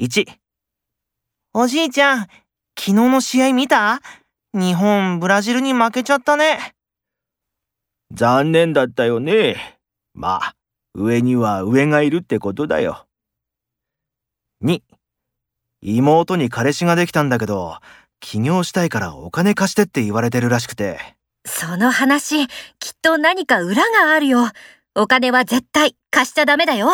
1おじいちゃん、昨日の試合見た日本、ブラジルに負けちゃったね。残念だったよねまあ上には上がいるってことだよ2妹に彼氏ができたんだけど起業したいからお金貸してって言われてるらしくてその話、きっと何か裏があるよ。お金は絶対貸しちゃダメだよ。